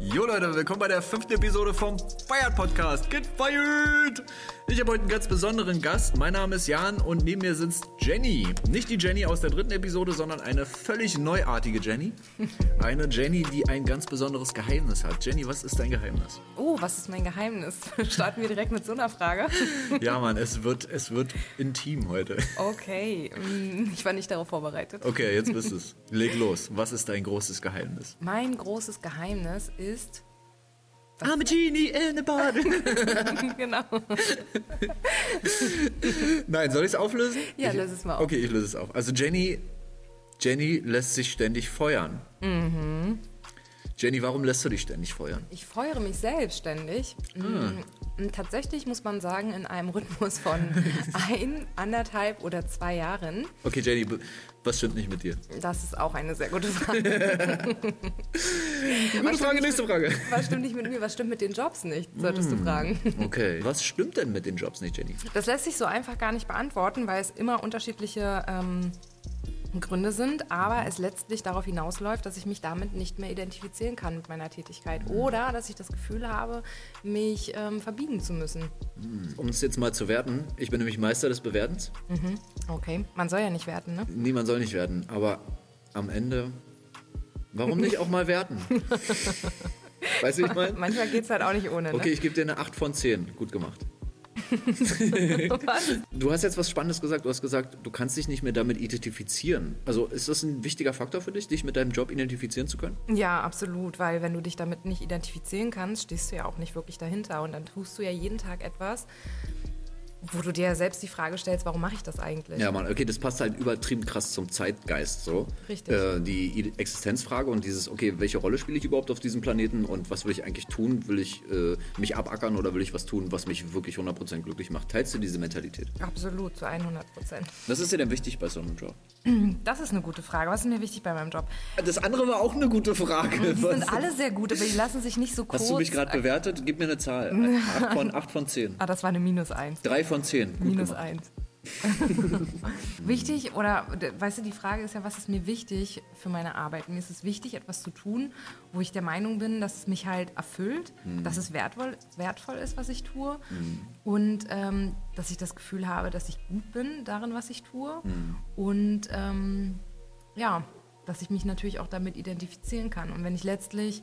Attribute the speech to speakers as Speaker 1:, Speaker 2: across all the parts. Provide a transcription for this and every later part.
Speaker 1: Jo Leute, willkommen bei der fünften Episode vom Feiert Podcast. Get fired! Ich habe heute einen ganz besonderen Gast. Mein Name ist Jan und neben mir sitzt Jenny. Nicht die Jenny aus der dritten Episode, sondern eine völlig neuartige Jenny. Eine Jenny, die ein ganz besonderes Geheimnis hat. Jenny, was ist dein Geheimnis?
Speaker 2: Oh, was ist mein Geheimnis? Starten wir direkt mit so einer Frage.
Speaker 1: Ja, Mann, es wird, es wird intim heute.
Speaker 2: Okay, mm, ich war nicht darauf vorbereitet.
Speaker 1: Okay, jetzt bist es. Leg los. Was ist dein großes Geheimnis?
Speaker 2: Mein großes Geheimnis ist,
Speaker 1: I'm a genie in a bottle.
Speaker 2: genau,
Speaker 1: Nein, soll ich es auflösen?
Speaker 2: Ja,
Speaker 1: ich,
Speaker 2: löse es mal auf.
Speaker 1: Okay, ich löse es auf. Also Jenny, Jenny lässt sich ständig feuern. Mhm. Jenny, warum lässt du dich ständig feuern?
Speaker 2: ich feuere mich selbstständig.
Speaker 1: Ah.
Speaker 2: mm, Tatsächlich muss man sagen, in einem Rhythmus von ein, anderthalb oder zwei Jahren.
Speaker 1: Okay, Jenny, b- was stimmt nicht mit dir?
Speaker 2: Das ist auch eine sehr gute Frage.
Speaker 1: Gute Frage, nächste Frage.
Speaker 2: Was stimmt nicht mit mir? Was stimmt mit den Jobs nicht? Solltest
Speaker 1: Mm.
Speaker 2: du fragen.
Speaker 1: Okay, was stimmt denn mit den Jobs nicht, Jenny?
Speaker 2: Das lässt sich so einfach gar nicht beantworten, weil es immer unterschiedliche ähm, Gründe sind, aber es letztlich darauf hinausläuft, dass ich mich damit nicht mehr identifizieren kann mit meiner Tätigkeit oder dass ich das Gefühl habe, mich ähm, verbiegen zu müssen. Hm.
Speaker 1: Um es jetzt mal zu werten, ich bin nämlich Meister des Bewertens.
Speaker 2: Okay, man soll ja nicht werten, ne?
Speaker 1: Niemand soll nicht werden, aber am Ende, warum nicht auch mal werten? weißt du, wie ich meine?
Speaker 2: Manchmal geht es halt auch nicht ohne. Ne?
Speaker 1: Okay, ich gebe dir eine 8 von 10. Gut gemacht.
Speaker 2: Was?
Speaker 1: Du hast jetzt was Spannendes gesagt. Du hast gesagt, du kannst dich nicht mehr damit identifizieren. Also ist das ein wichtiger Faktor für dich, dich mit deinem Job identifizieren zu können?
Speaker 2: Ja, absolut, weil wenn du dich damit nicht identifizieren kannst, stehst du ja auch nicht wirklich dahinter und dann tust du ja jeden Tag etwas, wo du dir selbst die Frage stellst, warum mache ich das eigentlich?
Speaker 1: Ja, Mann, okay, das passt halt übertrieben krass zum Zeitgeist so.
Speaker 2: Richtig.
Speaker 1: Äh, die I- Existenzfrage und dieses, okay, welche Rolle spiele ich überhaupt auf diesem Planeten und was will ich eigentlich tun? Will ich äh, mich abackern oder will ich was tun, was mich wirklich 100% glücklich macht? Teilst du diese Mentalität?
Speaker 2: Absolut, zu 100 Prozent.
Speaker 1: Was ist dir denn wichtig bei so einem Job?
Speaker 2: Das ist eine gute Frage. Was ist mir wichtig bei meinem Job?
Speaker 1: Das andere war auch eine gute Frage.
Speaker 2: Die
Speaker 1: Was-
Speaker 2: sind alle sehr gut, aber die lassen sich nicht so kurz.
Speaker 1: Hast du mich gerade bewertet? Gib mir eine Zahl. 8 von, 8 von 10.
Speaker 2: Ah, das war eine Minus eins.
Speaker 1: 3 von 10. Gut
Speaker 2: Minus
Speaker 1: gemacht.
Speaker 2: eins. wichtig oder weißt du, die Frage ist ja, was ist mir wichtig für meine Arbeit? Mir ist es wichtig, etwas zu tun, wo ich der Meinung bin, dass es mich halt erfüllt,
Speaker 1: Mhm.
Speaker 2: dass es wertvoll, wertvoll ist, was ich tue und ähm, dass ich das Gefühl habe, dass ich gut bin darin, was ich tue
Speaker 1: Mhm.
Speaker 2: und ähm, ja, dass ich mich natürlich auch damit identifizieren kann. Und wenn ich letztlich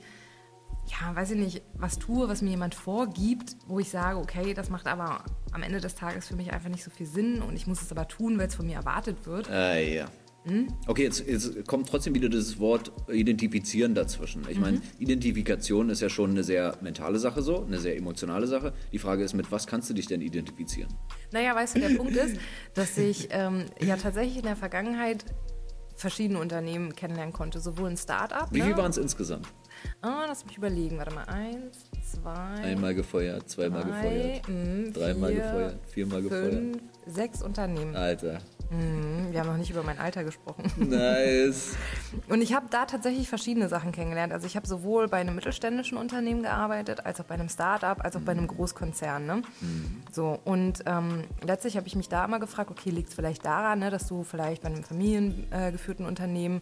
Speaker 2: ja, weiß ich nicht, was tue, was mir jemand vorgibt, wo ich sage, okay, das macht aber am Ende des Tages für mich einfach nicht so viel Sinn und ich muss es aber tun, weil es von mir erwartet wird.
Speaker 1: Äh, ja.
Speaker 2: Hm?
Speaker 1: Okay, jetzt, jetzt kommt trotzdem wieder das Wort identifizieren dazwischen. Ich
Speaker 2: Mhm.
Speaker 1: meine, Identifikation ist ja schon eine sehr mentale Sache so, eine sehr emotionale Sache. Die Frage ist, mit was kannst du dich denn identifizieren?
Speaker 2: Naja, weißt du, der Punkt ist, dass ich ähm, ja tatsächlich in der Vergangenheit verschiedene Unternehmen kennenlernen konnte, sowohl ein Start-up.
Speaker 1: Wie
Speaker 2: ne?
Speaker 1: viel waren es insgesamt?
Speaker 2: Ah, lass mich überlegen, warte mal, eins, zwei,
Speaker 1: Einmal gefeuert, zweimal
Speaker 2: drei,
Speaker 1: gefeuert,
Speaker 2: mh,
Speaker 1: dreimal
Speaker 2: vier,
Speaker 1: gefeuert, viermal gefeuert.
Speaker 2: fünf, sechs Unternehmen.
Speaker 1: Alter,
Speaker 2: Hm, Wir haben noch nicht über mein Alter gesprochen.
Speaker 1: nice.
Speaker 2: Und ich habe da tatsächlich verschiedene Sachen kennengelernt. Also ich habe sowohl bei einem mittelständischen Unternehmen gearbeitet, als auch bei einem Start-up, als auch bei einem Großkonzern. Ne? So, und ähm, letztlich habe ich mich da immer gefragt, okay, liegt es vielleicht daran, ne, dass du vielleicht bei einem familiengeführten äh, geführten Unternehmen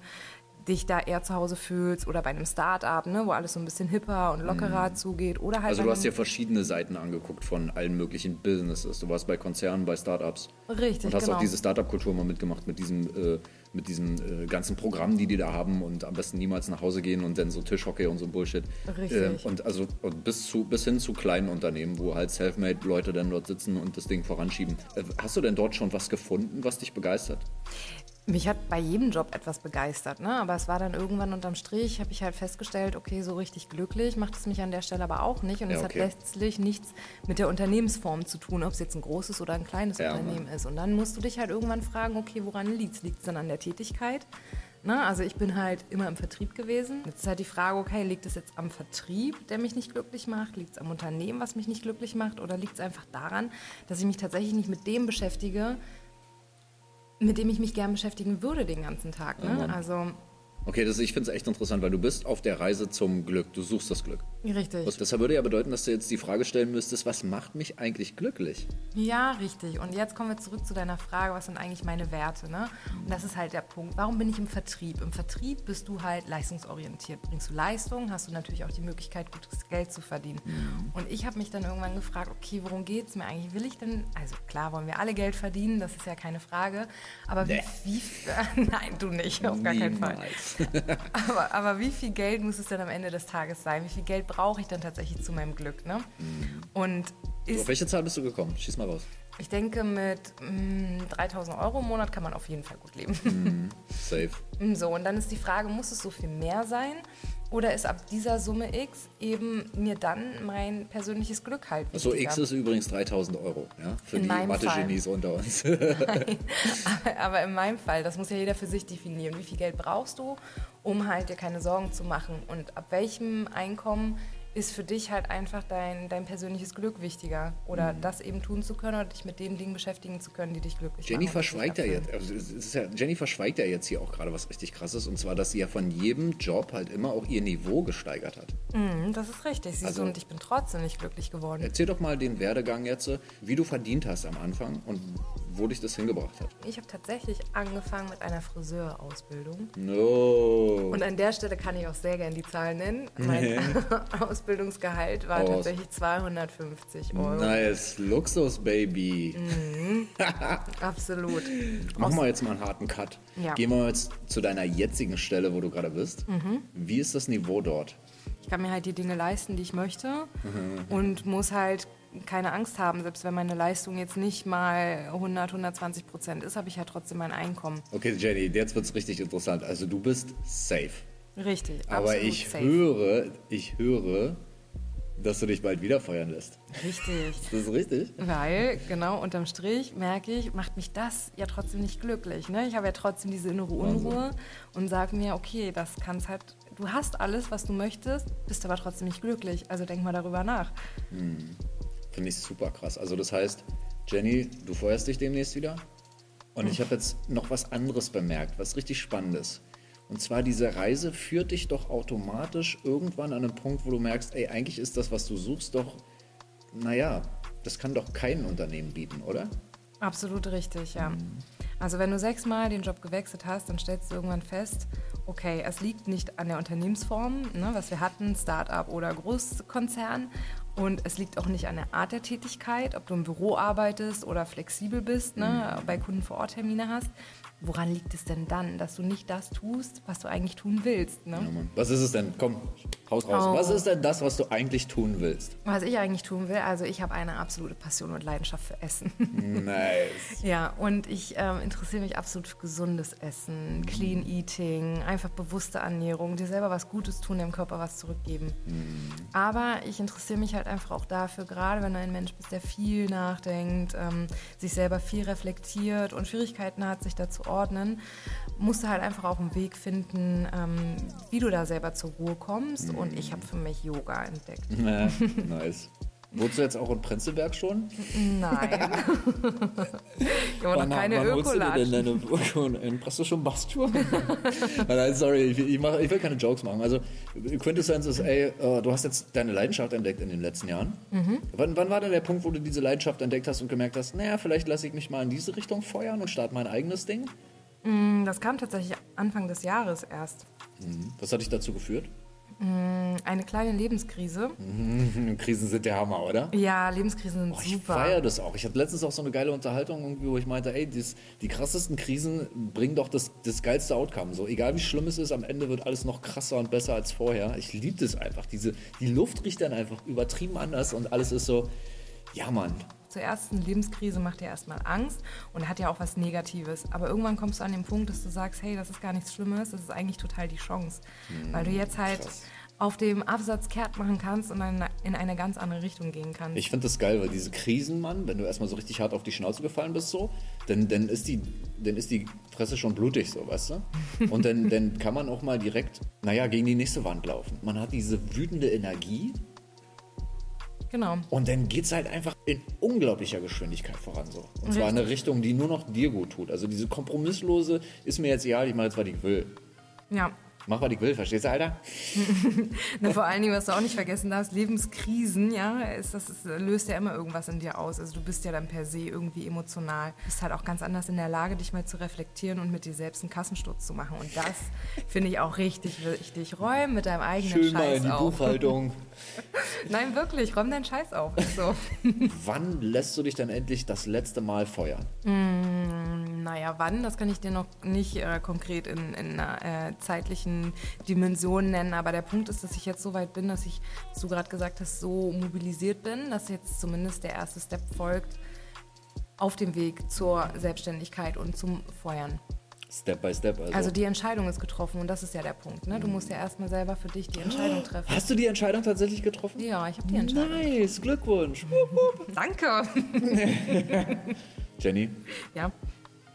Speaker 2: dich da eher zu Hause fühlst oder bei einem Start-up, ne, wo alles so ein bisschen hipper und lockerer zugeht oder halt
Speaker 1: Also
Speaker 2: bei
Speaker 1: du hast dir
Speaker 2: einem,
Speaker 1: verschiedene Seiten angeguckt von allen möglichen Businesses. Du warst bei Konzernen, bei Startups.
Speaker 2: Richtig,
Speaker 1: Und hast
Speaker 2: genau.
Speaker 1: auch diese Startup-Kultur mal mitgemacht mit diesem, äh, mit diesem äh, ganzen Programm, die die da haben und am besten niemals nach Hause gehen und dann so Tischhockey und so ein Bullshit.
Speaker 2: Richtig.
Speaker 1: Ähm, und also und bis, zu, bis hin zu kleinen Unternehmen, wo halt Selfmade-Leute dann dort sitzen und das Ding voranschieben. Äh, hast du denn dort schon was gefunden, was dich begeistert?
Speaker 2: Mich hat bei jedem Job etwas begeistert, ne? aber es war dann irgendwann unterm Strich, habe ich halt festgestellt, okay, so richtig glücklich macht es mich an der Stelle aber auch nicht. Und
Speaker 1: Ja,
Speaker 2: es
Speaker 1: okay.
Speaker 2: hat letztlich nichts mit der Unternehmensform zu tun, ob es jetzt ein großes oder ein kleines
Speaker 1: Ja,
Speaker 2: Unternehmen ist. Und dann musst du dich halt irgendwann fragen, okay, woran liegt es? Liegt es dann an der Tätigkeit? Ne? Also ich bin halt immer im Vertrieb gewesen. Jetzt ist halt die Frage, okay, liegt es jetzt am Vertrieb, der mich nicht glücklich macht? Liegt es am Unternehmen, was mich nicht glücklich macht? Oder liegt es einfach daran, dass ich mich tatsächlich nicht mit dem beschäftige, mit dem ich mich gern beschäftigen würde den ganzen Tag. Ne?
Speaker 1: Mann.
Speaker 2: also
Speaker 1: Okay, das, ich finde es echt interessant, weil du bist auf der Reise zum Glück. Du suchst das Glück.
Speaker 2: Richtig.
Speaker 1: Und das würde ja bedeuten, dass du jetzt die Frage stellen müsstest, was macht mich eigentlich glücklich?
Speaker 2: Ja, richtig. Und jetzt kommen wir zurück zu deiner Frage, was sind eigentlich meine Werte? Ne? Und das ist halt der Punkt. Warum bin ich im Vertrieb? Im Vertrieb bist du halt leistungsorientiert. Bringst du Leistung, hast du natürlich auch die Möglichkeit, gutes Geld zu verdienen.
Speaker 1: Mhm.
Speaker 2: Und ich habe mich dann irgendwann gefragt, okay, worum geht es mir eigentlich? Will ich denn, also klar wollen wir alle Geld verdienen, das ist ja keine Frage. Aber
Speaker 1: Nee.
Speaker 2: wie, wie nein, du nicht, auf gar keinen Fall.
Speaker 1: Niemals.
Speaker 2: Aber, aber wie viel Geld muss es denn am Ende des Tages sein? Wie viel Geld brauche ich dann tatsächlich zu meinem Glück? Ne? Und
Speaker 1: Auf
Speaker 2: ist,
Speaker 1: welche Zahl bist Mhm. du gekommen? Schieß mal raus.
Speaker 2: ich denke, mit mm, 3000 Euro im Monat kann man auf jeden Fall gut leben.
Speaker 1: Safe.
Speaker 2: Mm, So, und dann ist die Frage, muss es so viel mehr sein? Oder ist ab dieser Summe X eben mir dann mein persönliches Glück halt
Speaker 1: Achso,
Speaker 2: wichtiger?
Speaker 1: Also X ist übrigens 3000 Euro, ja? Für
Speaker 2: In
Speaker 1: die
Speaker 2: meinem
Speaker 1: Mathe-Genies unter uns.
Speaker 2: Aber in meinem Fall, das muss ja jeder für sich definieren. Wie viel Geld brauchst du, um halt dir keine Sorgen zu machen? Und ab welchem Einkommen ist für dich halt einfach dein, dein persönliches Glück wichtiger? Oder
Speaker 1: Mhm.
Speaker 2: das eben tun zu können oder dich mit den Dingen beschäftigen zu können, die dich glücklich
Speaker 1: Jenny
Speaker 2: machen. und dich
Speaker 1: verschweigt ja
Speaker 2: erfüllen.
Speaker 1: jetzt, also es ist ja, Jenny verschweigt ja jetzt hier auch gerade was richtig krasses, und zwar, dass sie ja von jedem Job halt immer auch ihr Niveau gesteigert hat.
Speaker 2: Mhm, das ist richtig. Siehst
Speaker 1: Also-
Speaker 2: du, und ich bin trotzdem nicht glücklich geworden.
Speaker 1: Erzähl doch mal den Werdegang jetzt, wie du verdient hast am Anfang und wo dich das hingebracht hat.
Speaker 2: Ich habe tatsächlich angefangen mit einer Friseurausbildung.
Speaker 1: No.
Speaker 2: Und an der Stelle kann ich auch sehr gerne die Zahlen nennen. Mein Ausbildungsgehalt war
Speaker 1: Aus.
Speaker 2: tatsächlich 250 Euro.
Speaker 1: Nice, Luxus, Baby.
Speaker 2: Absolut.
Speaker 1: Machen wir jetzt mal einen harten Cut.
Speaker 2: Ja.
Speaker 1: Gehen wir jetzt zu deiner jetzigen Stelle, wo du gerade bist.
Speaker 2: Mhm.
Speaker 1: Wie ist das Niveau dort?
Speaker 2: Ich kann mir halt die Dinge leisten, die ich möchte
Speaker 1: Mhm.
Speaker 2: und muss halt keine Angst haben, selbst wenn meine Leistung jetzt nicht mal 100, 120 Prozent ist, habe ich ja trotzdem mein Einkommen.
Speaker 1: Okay, Jenny, jetzt wird's richtig interessant. Also du bist safe.
Speaker 2: Richtig,
Speaker 1: Aber
Speaker 2: absolut
Speaker 1: ich
Speaker 2: safe.
Speaker 1: höre, ich höre, dass du dich bald wieder feuern lässt.
Speaker 2: Richtig.
Speaker 1: Das ist richtig.
Speaker 2: Weil, genau, unterm Strich merke ich, macht mich das ja trotzdem nicht glücklich. Ne? Ich habe ja trotzdem diese innere Unruhe und sage mir, okay, das kann's halt, du hast alles, was du möchtest, bist aber trotzdem nicht glücklich. Also denk mal darüber nach.
Speaker 1: Finde ich super krass. Also das heißt, Jenny, du feuerst dich demnächst wieder. Und ich habe jetzt noch was anderes bemerkt, was richtig Spannendes. Und zwar diese Reise führt dich doch automatisch irgendwann an einen Punkt, wo du merkst, ey, eigentlich ist das, was du suchst, doch, naja, das kann doch kein Unternehmen bieten, oder?
Speaker 2: Absolut richtig, ja. Also wenn du sechsmal den Job gewechselt hast, dann stellst du irgendwann fest, okay, es liegt nicht an der Unternehmensform, ne, was wir hatten, Start-up oder Großkonzern. Und es liegt auch nicht an der Art der Tätigkeit, ob du im Büro arbeitest oder flexibel bist, ne, bei Kunden vor Ort Termine hast. Woran liegt es denn dann, dass du nicht das tust, was du eigentlich tun willst? Ne?
Speaker 1: Ja, Mann. Was ist es denn? Komm, haus raus.
Speaker 2: Oh.
Speaker 1: Was ist denn das, was du eigentlich tun willst?
Speaker 2: Was ich eigentlich tun will, also ich habe eine absolute Passion und Leidenschaft für Essen.
Speaker 1: Nice.
Speaker 2: Ja, und ich ähm, interessiere mich absolut für gesundes Essen,
Speaker 1: Mhm.
Speaker 2: Clean Eating, einfach bewusste Ernährung, dir selber was Gutes tun, dem Körper was zurückgeben.
Speaker 1: Mhm.
Speaker 2: Aber ich interessiere mich halt einfach auch dafür, gerade wenn du ein Mensch bist, der viel nachdenkt, ähm, sich selber viel reflektiert und Schwierigkeiten hat, sich da zu ordnen, musst du halt einfach auch einen Weg finden, ähm, wie du da selber zur Ruhe kommst. Und ich
Speaker 1: Mhm.
Speaker 2: habe für mich Yoga entdeckt.
Speaker 1: Na, nice. Wurdest du jetzt auch in Prenzlberg schon?
Speaker 2: Nein. Ich habe noch keine
Speaker 1: holst du dir denn
Speaker 2: Ökolatschen.
Speaker 1: deine Urkunde? in? Brauchst du schon Bastur? Nein, sorry, ich, ich, mach, ich will keine Jokes machen. Also, Quintessenz ist, ey, äh, du hast jetzt deine Leidenschaft entdeckt in den letzten Jahren. Wann, wann war denn der Punkt, wo du diese Leidenschaft entdeckt hast und gemerkt hast, naja, vielleicht lasse ich mich mal in diese Richtung feuern und starte mein eigenes Ding?
Speaker 2: Das kam tatsächlich Anfang des Jahres erst.
Speaker 1: Was Mhm. hat dich dazu geführt?
Speaker 2: Eine kleine Lebenskrise.
Speaker 1: Krisen sind der Hammer, oder?
Speaker 2: Ja, Lebenskrisen sind
Speaker 1: Oh, ich
Speaker 2: super.
Speaker 1: feiere das auch. Ich hatte letztens auch so eine geile Unterhaltung, irgendwie, wo ich meinte, ey, dies, die krassesten Krisen bringen doch das, das geilste Outcome. So, egal wie schlimm es ist, am Ende wird alles noch krasser und besser als vorher. Ich liebe das einfach. Diese, die Luft riecht dann einfach übertrieben anders und alles ist so, ja, Mann.
Speaker 2: Zur ersten Lebenskrise macht dir erstmal Angst und hat ja auch was Negatives. Aber irgendwann kommst du an den Punkt, dass du sagst, hey, das ist gar nichts Schlimmes, das ist eigentlich total die Chance. Weil du jetzt halt
Speaker 1: Hm, krass.
Speaker 2: auf dem Absatz kehrt machen kannst und dann in eine ganz andere Richtung gehen kannst.
Speaker 1: Ich finde das geil, weil diese Krisen, Mann, wenn du erstmal so richtig hart auf die Schnauze gefallen bist, so, dann, dann, ist, die, dann ist die Fresse schon blutig, so, weißt du? Und dann, dann kann man auch mal direkt, naja, gegen die nächste Wand laufen. Man hat diese wütende Energie,
Speaker 2: genau.
Speaker 1: Und dann geht es halt einfach in unglaublicher Geschwindigkeit voran. So. Und zwar in eine Richtung, die nur noch dir gut tut. Also diese kompromisslose ist mir jetzt egal, ich mache jetzt, was ich will.
Speaker 2: Ja.
Speaker 1: Mach, was ich will, verstehst du, Alter?
Speaker 2: Na, vor allen Dingen, was du auch nicht vergessen darfst, Lebenskrisen, ja, ist, das ist, löst ja immer irgendwas in dir aus. Also du bist ja dann per se irgendwie emotional. Bist halt auch ganz anders in der Lage, dich mal zu reflektieren und mit dir selbst einen Kassensturz zu machen. Und das finde ich auch richtig wichtig. Räum mit deinem eigenen
Speaker 1: Schön mal
Speaker 2: Scheiß
Speaker 1: in die
Speaker 2: auf.
Speaker 1: Buchhaltung.
Speaker 2: Nein, wirklich, räum deinen Scheiß auf. Ist So.
Speaker 1: Wann lässt du dich dann endlich das letzte Mal feuern?
Speaker 2: Naja, wann, das kann ich dir noch nicht äh, konkret in, in einer äh, zeitlichen Dimension nennen, aber der Punkt ist, dass ich jetzt so weit bin, dass ich, was du gerade gesagt hast, so mobilisiert bin, dass jetzt zumindest der erste Step folgt auf dem Weg zur Selbstständigkeit und zum Feuern.
Speaker 1: Step by step. Also.
Speaker 2: Also die Entscheidung ist getroffen und das ist ja der Punkt. Ne? Du musst ja erstmal selber für dich die Entscheidung treffen.
Speaker 1: Hast du die Entscheidung tatsächlich getroffen?
Speaker 2: Ja, ich habe die Entscheidung.
Speaker 1: Nice, Glückwunsch.
Speaker 2: Danke.
Speaker 1: Jenny,
Speaker 2: Ja,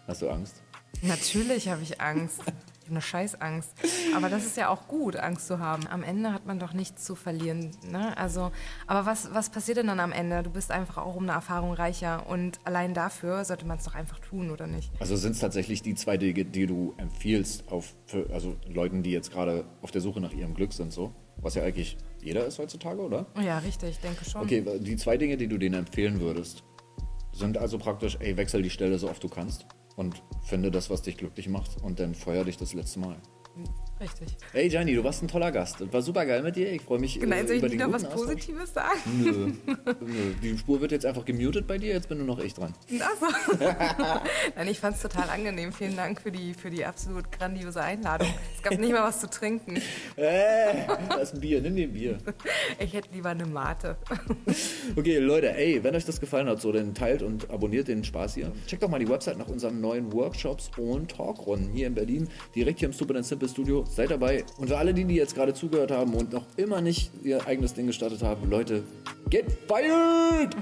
Speaker 1: hast du Angst?
Speaker 2: Natürlich habe ich Angst. Ich habe eine Scheißangst. Aber das ist ja auch gut, Angst zu haben. Am Ende hat man doch nichts zu verlieren. Ne? Also, aber was, was passiert denn dann am Ende? Du bist einfach auch um eine Erfahrung reicher. Und allein dafür sollte man es doch einfach tun, oder nicht?
Speaker 1: Also sind es tatsächlich die zwei Dinge, die du empfiehlst, auf, für, also Leuten, die jetzt gerade auf der Suche nach ihrem Glück sind, so? Was ja eigentlich jeder ist heutzutage, oder?
Speaker 2: Ja, richtig, ich denke schon.
Speaker 1: Okay, die zwei Dinge, die du denen empfehlen würdest, sind also praktisch, ey, wechsel die Stelle so oft du kannst und finde das, was dich glücklich macht und dann feuer dich das letzte Mal.
Speaker 2: Richtig.
Speaker 1: Ey, Gianni, du warst ein toller Gast. und War super geil mit dir. Ich freue mich
Speaker 2: Nein,
Speaker 1: äh,
Speaker 2: Genau, soll ich
Speaker 1: über den
Speaker 2: nicht noch
Speaker 1: guten
Speaker 2: was
Speaker 1: Austausch.
Speaker 2: Positives sagen?
Speaker 1: Nö. Nö. Die Spur wird jetzt einfach gemutet bei dir. Jetzt bin nur noch ich dran.
Speaker 2: Achso. Nein, ich fand es total angenehm. Vielen Dank für die, für die absolut grandiose Einladung. Es gab nicht mal was zu trinken.
Speaker 1: Äh, da ist ein Bier. Nimm den Bier.
Speaker 2: Ich hätte lieber eine Mate.
Speaker 1: Okay, Leute, ey, wenn euch das gefallen hat, so, dann teilt und abonniert den Spaß hier. Checkt doch mal die Website nach unseren neuen Workshops und Talkrunden hier in Berlin, direkt hier im Stupid and Simple Studio. Seid dabei. Und für alle die, die jetzt gerade zugehört haben und noch immer nicht ihr eigenes Ding gestartet haben, Leute, get fired!